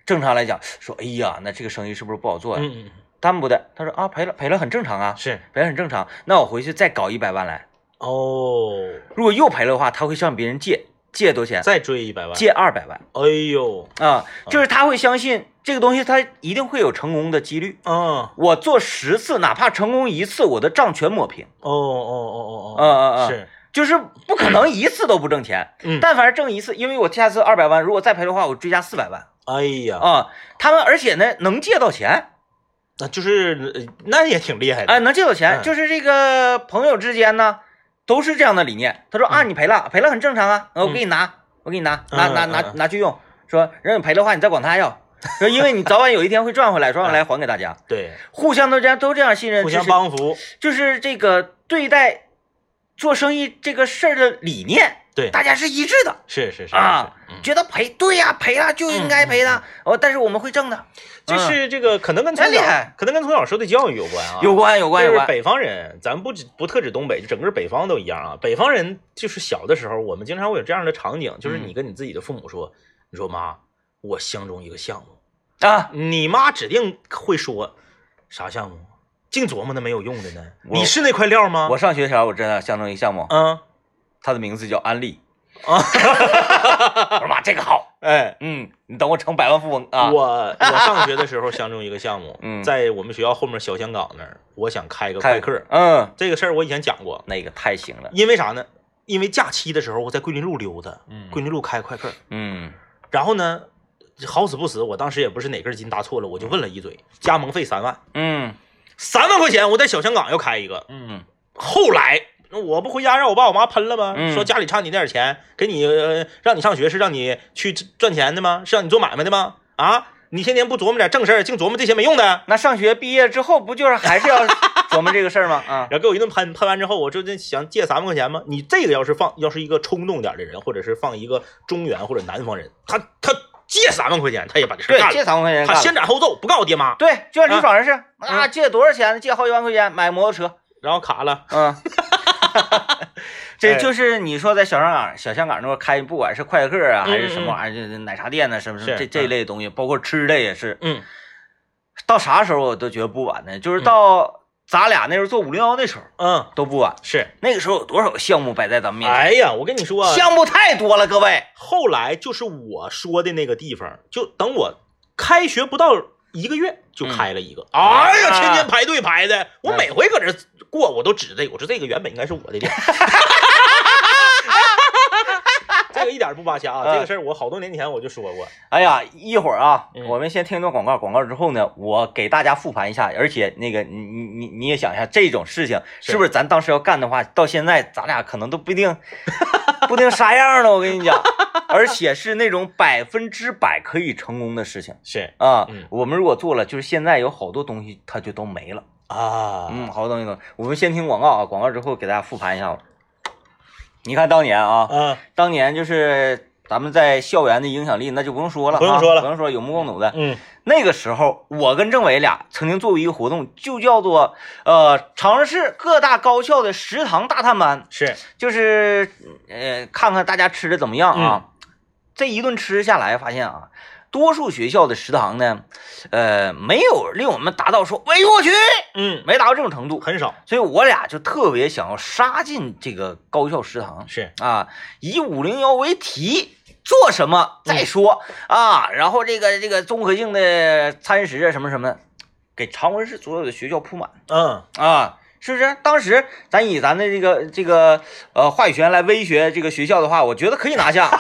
A: 正常来讲说，哎呀，那这个生意是不是不好做呀？
B: 嗯嗯
A: 他们不的，他说啊赔了赔了很正常啊，
B: 是，
A: 赔了很正常，那我回去再搞一百万来。
B: 哦，
A: 如果又赔了的话，他会向别人借，借多少钱？
B: 再追一百万，
A: 借二百万
B: 哎呦，
A: 啊，就是他会相信这个东西，他一定会有成功的几率。
B: 啊，
A: 我做十次，哪怕成功一次，我的账全抹平，
B: 哦哦哦哦哦，
A: 嗯
B: 是，
A: 就是不可能一次都不挣钱。
B: 嗯，
A: 但凡是挣一次，因为我下次二百万，如果再赔的话，我追加四百万
B: 哎呀，
A: 啊。他们而且呢，能借到钱，
B: 那就是呃那也挺厉害
A: 哎，
B: 的，
A: 能借到钱，
B: 嗯
A: 就是这个朋友之间呢，都是这样的理念。他说啊，你赔了，赔了很正常啊，呃我给你拿，我给你拿，拿
B: 嗯
A: 拿
B: 嗯
A: 拿
B: 嗯
A: 拿去用。说人家赔的话，你再管他要，说因为你早晚有一天会赚回来， 赚回来还给大家，
B: 对，
A: 互相都这样都这样信任，
B: 嗯互相
A: 就是
B: 帮扶，
A: 就是这个对待做生意这个事儿的理念，
B: 对
A: 大家是一致的
B: 是是是
A: 啊，
B: 是嗯
A: 觉得赔，对呀、赔了就应该赔了，哦，但是我们会挣的，
B: 这是这个可能跟从
A: 真哎厉
B: 小
A: 害
B: 可能跟从小受的教育有关啊，
A: 有关有关有
B: 就是
A: 关，
B: 北方人，咱不止不特指东北，就整个北方都一样啊。北方人就是小的时候，我们经常会有这样的场景，就是
A: 嗯
B: 你跟你自己的父母说，你说妈，我相中一个项目，
A: 啊，
B: 你妈指定会说啥项目，净琢磨那没有用的呢。
A: 我
B: 你是那块料吗？
A: 我上学的时候我真的相中一个项目，
B: 嗯
A: 它的名字叫安利，
B: 啊，
A: 我说妈这个好，
B: 哎，
A: 嗯，你等我成百万富翁啊，
B: 我我上学的时候相中一个项目，
A: 嗯
B: 在我们学校后面小香港那儿，我想开个
A: 开
B: 快客，
A: 嗯，
B: 这个事儿我以前讲过，
A: 那个太行了，
B: 因为啥呢？因为假期的时候我在桂林路溜达，
A: 嗯
B: 桂林路开快客。
A: 嗯
B: 然后呢，好死不死，我当时也不是哪根筋搭错了，我就问了一嘴，加盟费三万，
A: 嗯
B: 三万块钱，我在小香港要开一个。
A: 嗯
B: 后来我不回家，让我爸我妈喷了吗？
A: 嗯
B: 说家里差你那点钱，给你、呃让你上学是让你去赚钱的吗？是让你做买卖的吗？啊，你天天不琢磨点正事儿，净琢磨这些没用的。
A: 那上学毕业之后不就是还 是要琢磨这个事儿吗？啊，
B: 然后给我一顿喷，喷完之后，我就那想借三万块钱吗？你这个要是放，要是一个冲动点的人，或者是放一个中原或者南方人，他他借三万块钱，他也把这事儿
A: 对，
B: 干了，
A: 借三万块钱
B: 他
A: 干了
B: 先斩后奏，不告我爹妈，
A: 对，就像
B: 啊
A: 李爽也是啊，借多少钱？借好几万块钱买摩托车，
B: 然后卡了。
A: 嗯，这
B: 哎
A: 就是你说在小香港、小香港那块开，不管是快客啊，还是什么玩意儿，这这奶茶店呐、什么什么
B: 嗯是
A: 这这一类的东西，包括吃的也是，
B: 嗯，
A: 到啥时候我都觉得不晚呢？就是到咱俩那时候做五零幺那时候
B: 嗯，
A: 都不晚，
B: 是。
A: 那个时候有多少个项目摆在咱们面前？
B: 哎呀，我跟你说啊，
A: 项目太多了，各位。
B: 后来就是我说的那个地方，就等我开学不到一个月就开了一个。嗯哎呀，天天排队排的，我每回搁这过，我都指这个，我说这个原本应该是我 的店。这个一点不扒瞎啊，这个事儿我好多年前我就说过。
A: 哎呀，一会儿啊，
B: 嗯
A: 我们先听一段广告，广告之后呢，我给大家复盘一下，而且那个你你你你也想一下，这种事情
B: 是
A: 是不是咱当时要干的话，到现在咱俩可能都不一定 不一定啥样了，我跟你 讲，而且是那种百分之百可以成功的事情
B: 是
A: 啊。
B: 嗯
A: 我们如果做了，就是现在有好多东西它就都没了，
B: 啊，
A: 嗯，好多东西都。我们先听广告啊，广告之后给大家复盘一下吧。你看当年啊，
B: 啊，
A: 当年就是咱们在校园的影响力，那就不用说了啊，
B: 不用说了
A: 不用说，有目共睹的。
B: 嗯
A: 那个时候，我跟政委俩曾经做过一个活动，就叫做呃尝试各大高校的食堂大探班，
B: 是，
A: 就是呃看看大家吃的怎么样啊。
B: 嗯
A: 这一顿吃下来，发现啊，多数学校的食堂呢，呃，没有令我们达到说，哎呦我去，
B: 嗯，
A: 没达到这种程度。
B: 很少
A: 所以我俩就特别想要杀进这个高校食堂，
B: 是，
A: 啊，以五零幺为题做什么
B: 嗯
A: 再说、啊，然后这个这个综合性的餐食啊什么什么的，给长春市所有的学校铺满
B: 嗯
A: 啊，是不是？当时咱以咱的这个这个呃话语权来威胁这个学校的话，我觉得可以拿 下
B: 啊，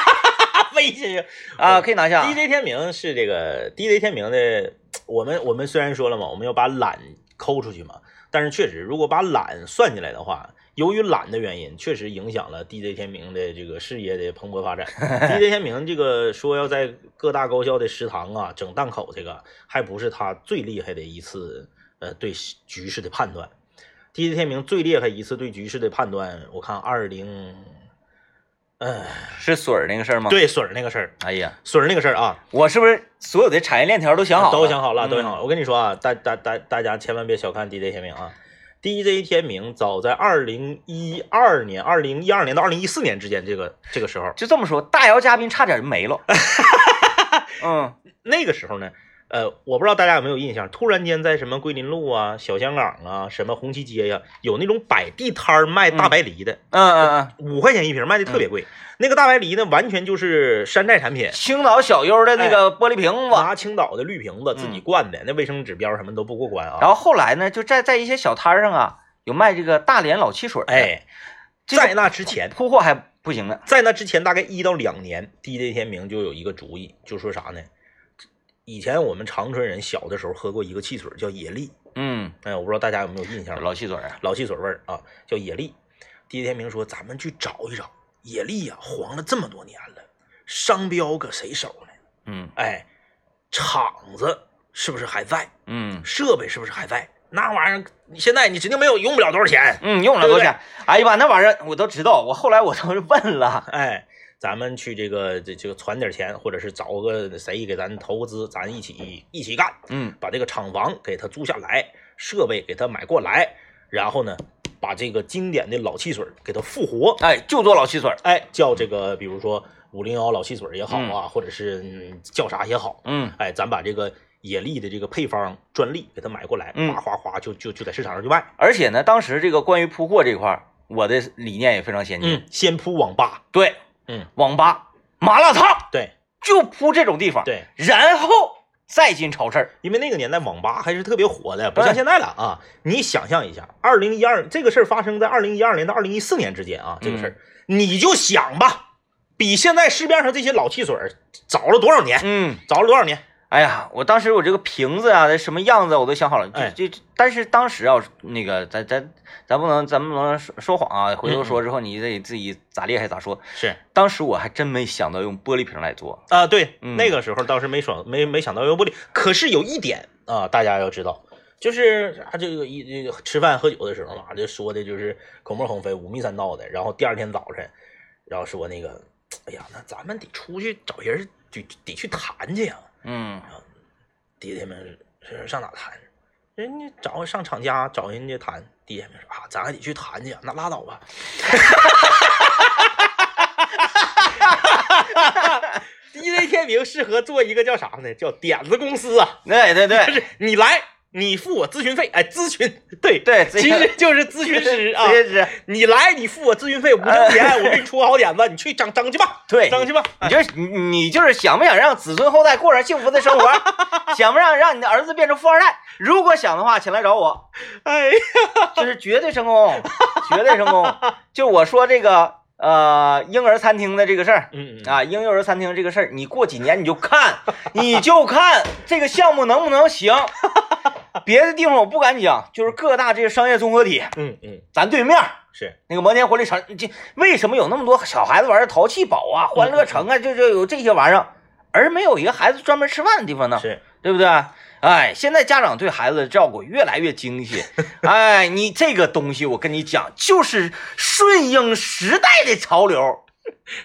B: 微信
A: 啊，可以拿下。
B: DJ 天明是这个 DJ 天明的，我们我们虽然说了嘛，我们要把懒抠出去嘛，但是确实如果把懒算进来的话，由于懒的原因，确实影响了 DJ 天明的这个事业的蓬勃发展。DJ 天明这个说要在各大高校的食堂啊整档口，这个还不是他最厉害的一次呃对局势的判断。DJ 天明最厉害一次对局势的判断，我看二零，呃，
A: 是水儿那个事儿吗？。
B: 对水儿那个事儿，
A: 哎呀，
B: 水儿那个事儿啊。
A: 我是不是所有的产业链条都想好了？
B: 都想好了，
A: 嗯
B: 都想好。了。我跟你说啊，大大大大家千万别小看 DJ 天明啊，DJ 天明早在二零一二年、二零一二年到二零一四年之间，这个这个时候，
A: 就这么说，大姚嘉宾差点没 了。嗯
B: 那个时候呢，呃，我不知道大家有没有印象，突然间在什么桂林路啊、小香港啊、什么红旗街呀、有那种摆地摊儿卖大白梨的，
A: 嗯嗯嗯，
B: 五、块钱一瓶，卖的特别贵。那个大白梨呢，完全就是山寨产品。
A: 青岛小优的那
B: 哎
A: 个玻璃瓶子，
B: 拿青岛的绿瓶子自己灌的，那卫生指标什么都不过关啊。
A: 嗯然后后来呢，就在在一些小摊儿上啊，有卖这个大连老汽水，，
B: 哎，
A: 这个
B: 在那之前，
A: 铺货还不行呢。
B: 在那之前大概一到两年，DJ 天明就有一个主意，就说啥呢？以前我们长春人小的时候喝过一个汽水叫野力，
A: 嗯，
B: 哎，我不知道大家有没有印象，老
A: 老汽水啊，
B: 老汽水味儿啊，叫野力。DJ 天明说：“咱们去找一找野力呀、黄了这么多年了，商标搁谁手呢？
A: 嗯
B: 哎，厂子是不是还在？
A: 嗯
B: 设备是不是还在？那玩意儿现在你指定没有用不了多少钱。
A: 嗯，用了多少钱？哎呀妈，那玩意儿我都知道，我后来我都是问了，
B: 哎，咱们去这个这这个攒点钱，或者是找个谁给咱投资，咱一起一起干，
A: 嗯
B: 把这个厂房给他租下来，设备给他买过来，然后呢，把这个经典的老汽水给它复活，
A: 哎，就做老汽水儿，
B: 哎，叫这个比如说五零幺老汽水也好啊，或者是、嗯叫啥也好，
A: 嗯
B: 哎，咱把这个野利的这个配方专利给它买过来，
A: 嗯
B: 哗哗哗就就就在市场上就卖。嗯
A: 而且呢，当时这个关于铺货这块儿，我的理念也非常先进。
B: 嗯，先铺网吧，
A: 对，
B: 嗯，
A: 网吧、麻辣烫
B: 对
A: 就铺这种地方，，
B: 对，
A: 然后再进超市儿。
B: 因为那个年代网吧还是特别火的，不
A: 哎
B: 像现在了啊。你想象一下，二零一二这个事儿发生在二零一二年到二零一四年之间啊，这个事儿、你就想吧，比现在市面上这些老汽水儿早了多少年？
A: 嗯，
B: 早了多少年？
A: 哎呀，我当时我这个瓶子啊，什么样子我都想好了。
B: 哎
A: 就就，但是当时啊，那个咱咱咱不能咱不能说说谎啊，
B: 嗯
A: 回头说之后你得自己咋厉害咋说。
B: 是
A: 当时我还真没想到用玻璃瓶来做。
B: 啊、对，
A: 嗯
B: 那个时候倒是没想没没想到要不璃，可是有一点啊、大家要知道。就是啊，这个一这个吃饭喝酒的时候嘛，这说的就是口沫横飞、五迷三道的。然后第二天早晨，然后说那个，哎呀，那咱们得出去找人，得得去谈去呀、
A: 嗯
B: 爹爹们是上哪谈？人家找上厂家找人家谈，爹们说啊，咱还得去谈去，那拉倒吧。DJ 天明适合做一个叫啥呢？叫点子公司啊，
A: 对对
B: 就
A: 对
B: 是你来，你付我咨询费，哎，咨询对，
A: 对，
B: 其实就是咨询师啊，
A: 咨询师，
B: 你来，你付我咨询费五毛钱，我给你出个好点子，你去整整去吧，
A: 对
B: 整去吧，
A: 你就是你你就是想不想让子孙后代过上幸福的生活， 想不让让你的儿子变成富二代？如果想的话，请来找我，
B: 哎，
A: 这是绝对成功，绝对成功。 就我说这个呃婴儿餐厅的这个事儿
B: 嗯嗯
A: 啊，婴幼儿餐厅这个事儿，你过几年你就看，你就看这个项目能不能行。 别的地方我不敢讲，就是各大这个商业综合体，
B: 嗯嗯，
A: 咱对面儿
B: 是，
A: 那个摩天活力城，这为什么有那么多小孩子玩的淘气堡啊、欢
B: 嗯
A: 乐城啊，就就有这些玩意儿，而没有一个孩子专门吃饭的地方呢？
B: 是，
A: 对不对？哎，现在家长对孩子的照顾越来越精 细。哎，你这个东西，我跟你讲，就是顺应时代的潮流。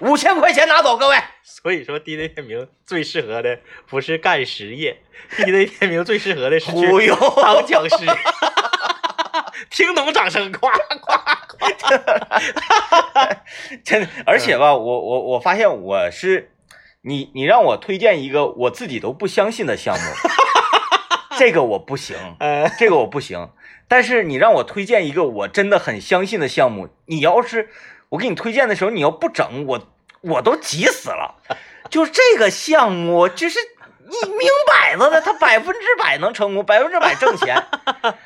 A: 五千块钱拿走，各位。
B: 所以说 DJ 天明最适合的不是干实 业，DJ 天明最适合的是去
A: 忽悠，
B: 当讲师。 听懂掌声，夸夸。
A: 真的。嗯而且吧，我我我发现我是，你你让我推荐一个我自己都不相信的 项目，这个我不行。
B: 呃，
A: 这个我不行。但是你让我推荐一个我真的很相信的项目，你要是我给你推荐的时候，你要不整我，我都急死了。就这个项目，就是你明摆着的，它百分之百能成功，百分之百挣 钱。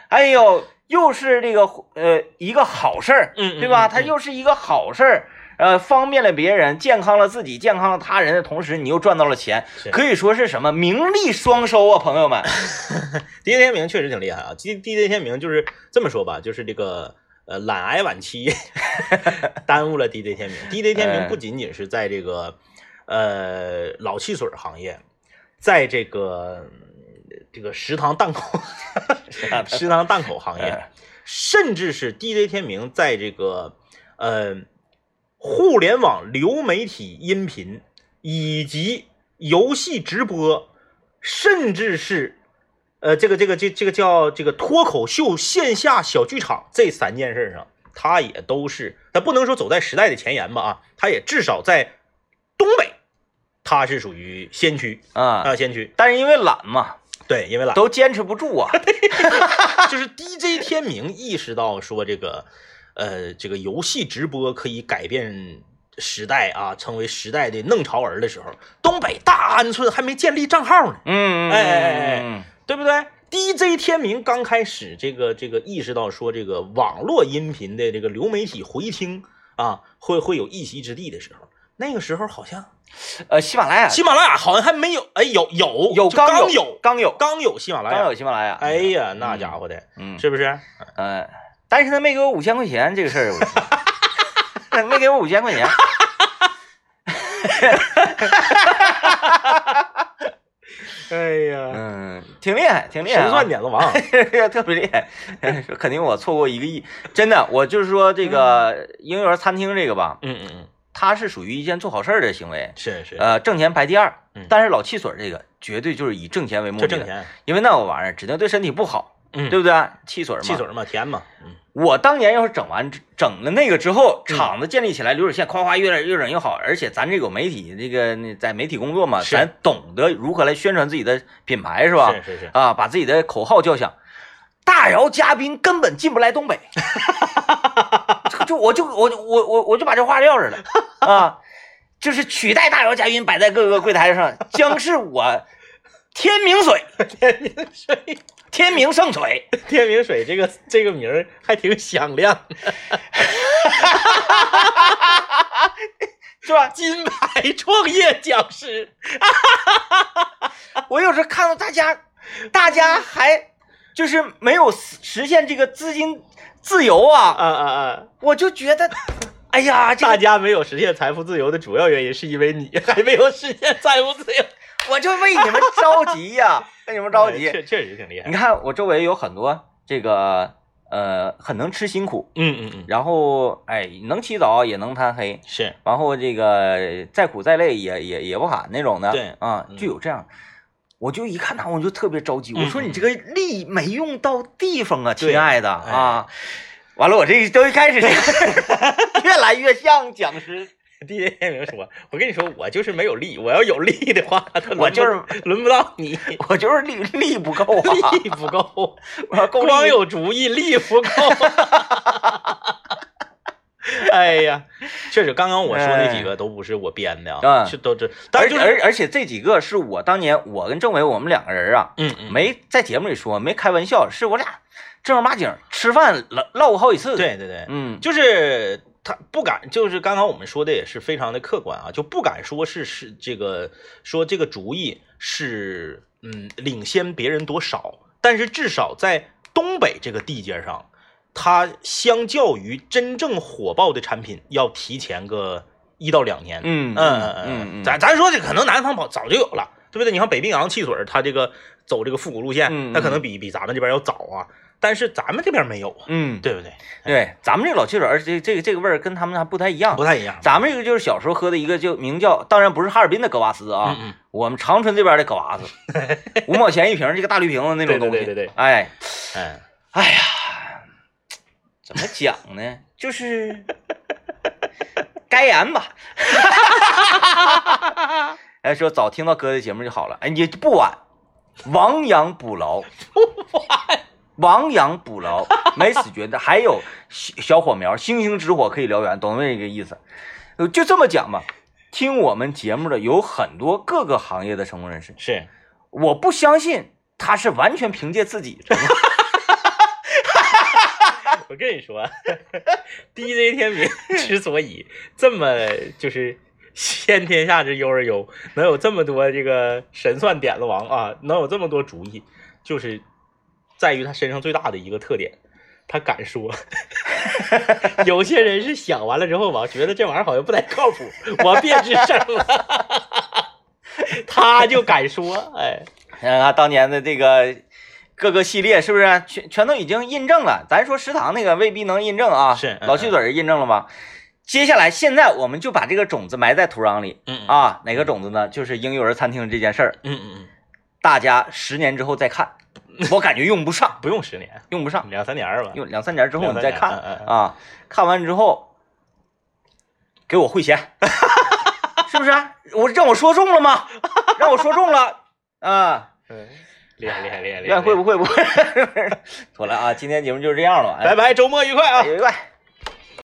A: 哎呦，又是这个呃一个好事儿，
B: 嗯嗯
A: 对吧？
B: 嗯
A: 它又是一个好事儿。呃，方便了别人，健康了自己，健康了他人的同时，你又赚到了钱
B: 是，
A: 可以说是什么名利双收啊，朋友 们。
B: DJ 天明确实挺厉害啊。D DJ 天明就是这么说吧，就是这个呃懒癌晚 期耽误了 DJ 天明。DJ 天明不仅仅是在这个呃老汽水行业，在这个嗯这个食堂档口 食堂档口行业
A: 哎，
B: 甚至是 DJ 天明在这个呃互联网流媒体音频以及游戏直播，甚至是呃这个这个这这个叫这个脱口秀线下小剧场这三件事上，他也都是，他不能说走在时代的前沿吧啊，他也至少在东北，他是属于先驱
A: 啊
B: 啊、，先驱。
A: 但是因为懒嘛，
B: 对， 因为懒。
A: 都坚持不住 啊。
B: 就是 DJ 天明意识到说这个，呃，这个游戏直播可以改变时代啊，成为时代的弄潮儿的时候，东北大安村还没建立账号呢，
A: 嗯，
B: 哎哎哎
A: 嗯，
B: 对不对？DJ 天明刚开始这个这个意识到说这个网络音频的这个流媒体回听啊，会会有一席之地的时候，那个时候好像
A: 呃，喜马拉雅
B: 喜马拉雅好像还没有，哎，有有
A: 有
B: 就刚
A: 有
B: 有
A: 刚有
B: 刚有喜马拉
A: 刚
B: 雅，
A: 有喜马拉雅，
B: 哎呀，那家伙的，
A: 嗯
B: 是不是？
A: 呃，但是他没给我五千块钱这个事儿我， 没给我五千块 钱。
B: 哎呀，
A: 嗯，挺厉害，挺厉害、啊，
B: 神算点子王，
A: 特别厉害。 说肯定我错过一个亿，真的，我就是说这个婴幼儿餐厅这个吧，
B: 嗯嗯嗯，
A: 它是属于一件做好事儿的行为，
B: 是是，
A: 呃，挣钱排第二
B: 嗯，
A: 但是老汽水这个绝对就是以挣钱为目
B: 就
A: 的，
B: 挣，钱，
A: 因为那玩意儿指定对身体不好，
B: 嗯，
A: 对不对？汽水嘛，
B: 汽水嘛，甜嘛，嗯，
A: 我当年要是整完整了那个之后，
B: 嗯
A: 厂子建立起来，流水线夸夸越来越整越好，而且咱这有媒体，这个那在媒体工作嘛，
B: 是
A: 咱懂得如何来宣传自己的品牌是吧？
B: 是是是，
A: 啊，把自己的口号叫响。大姚嘉宾根本进不来 东北，就就我就我就我我我就把这话撂这儿 了啊，就是取代大姚嘉宾摆在各个柜台上，将是我天明 水，
B: 天明水，
A: 天明圣水。
B: 天明水这个这个名儿还挺响亮，
A: 是吧？
B: 金牌创业讲师，
A: 我有时候看到大家，大家还就是没有实实现这个资金自由啊，
B: 啊啊啊！
A: 我就觉得，哎呀，这
B: 大
A: 个
B: 家没有实现财富自由的主要原因，是因为你还没有实现财富自由。
A: 我就为你们着急呀、为你们着急。
B: 哎确确实挺厉害
A: 你。看我周围有很多这个呃，很能吃辛苦，
B: 嗯嗯嗯，
A: 然后哎，能起早也能贪黑，
B: 是
A: 然后这个再苦再累也也也不喊那种的，
B: 对
A: 啊，
B: 嗯
A: 就有这样。我就一看他，我就特别着急。我说
B: 嗯嗯
A: 你这个力没用到地方啊，
B: 对
A: 亲爱的
B: 哎
A: 啊！完了，我这都一开 始越来越像讲师，
B: DJ 天明说：“我跟你说，我就是没有力，我要有力的话，他轮不
A: 我就是
B: 轮不 到你，
A: 我就是力力不够啊，
B: 力不够，
A: 我够
B: 光
A: 力
B: 有主意，力不够。” 哎呀，确实，刚刚我说那几个都不是我编的啊，
A: 哎
B: 是都这，但
A: 而
B: 就
A: 且
B: 是
A: 而而且这几个是我当年我跟政委我们两个人啊，
B: 嗯嗯，
A: 没在节目里说，没开玩笑，是我俩正儿八经吃饭唠唠过好几次。，
B: 对对对，
A: 嗯，
B: 就是他不敢，就是刚刚我们说的也是非常的客观啊，就不敢说是是这个说这个主意是嗯领先别人多少，但是至少在东北这个地界上，它相较于真正火爆的产品要提前个一到两年。
A: 嗯嗯
B: 嗯嗯，
A: 嗯，
B: 咱咱说这可能南方早早就有了，对不对？你看北冰洋汽水，它这个走这个复古路线，
A: 嗯嗯
B: 它可能比比咱们这边要早啊，但是咱们这边没有啊，
A: 嗯，
B: 对不对？
A: 对，咱们这个老汽水，而且这这个这个味儿跟他们还不太一样
B: 不。太一样。
A: 啊咱们这个就是小时候喝的一个，就名叫，当然不是哈尔滨的格瓦斯啊，
B: 嗯嗯
A: 我们长春这边的格 瓦斯，五毛钱一瓶，这个大绿瓶子那种
B: 对
A: 东西。
B: 对对对对
A: 哎，
B: 哎，
A: 哎呀，怎么讲呢？就是该言吧。哎，说早听到哥的节目就好了。哎，你不晚，亡羊补牢， 不晚，亡羊补牢，没死绝的。还有小小火苗，星星之火可以燎原，懂那个意思？呃就这么讲吧。听我们节目的有很多各个行业的成功人士，
B: 是
A: 我不相信他是完全凭借自己成功
B: 我跟你 说，DJ 天 明之所以这么就是先天下之忧而忧，能有这么多这个神算点子王啊，能有这么多主意，就是在于他身上最大的一个特点。他敢说， 有些人是想完了之后吧，觉得这玩意儿好像不太靠谱，我别吱声了，他就敢说，哎，
A: 看看当年的这个各个系列是不是全全都已经印证了？咱说食堂那个未必能印证啊，
B: 是嗯
A: 老去嘴儿印证了吧？接下来现在我们就把这个种子埋在土壤里
B: 嗯啊，
A: 啊，哪个种子呢？就是婴幼儿餐厅这件事儿，
B: 嗯嗯嗯，
A: 大家十年之后再看，我感觉用不上，
B: 不用十年，
A: 用不上，
B: 两三年儿吧，
A: 用两三年之后你再
B: 嗯两三
A: 看
B: 年嗯嗯嗯
A: 啊，看完之后给我汇钱， 是不是啊？我让我说中了吗？让我说中了啊。
B: 嗯，厉害厉害厉害厉害！
A: 愿会不会不会，妥了啊！今天节目就是这样了，哎哎
B: 拜拜，周末愉快啊！
A: 拜拜。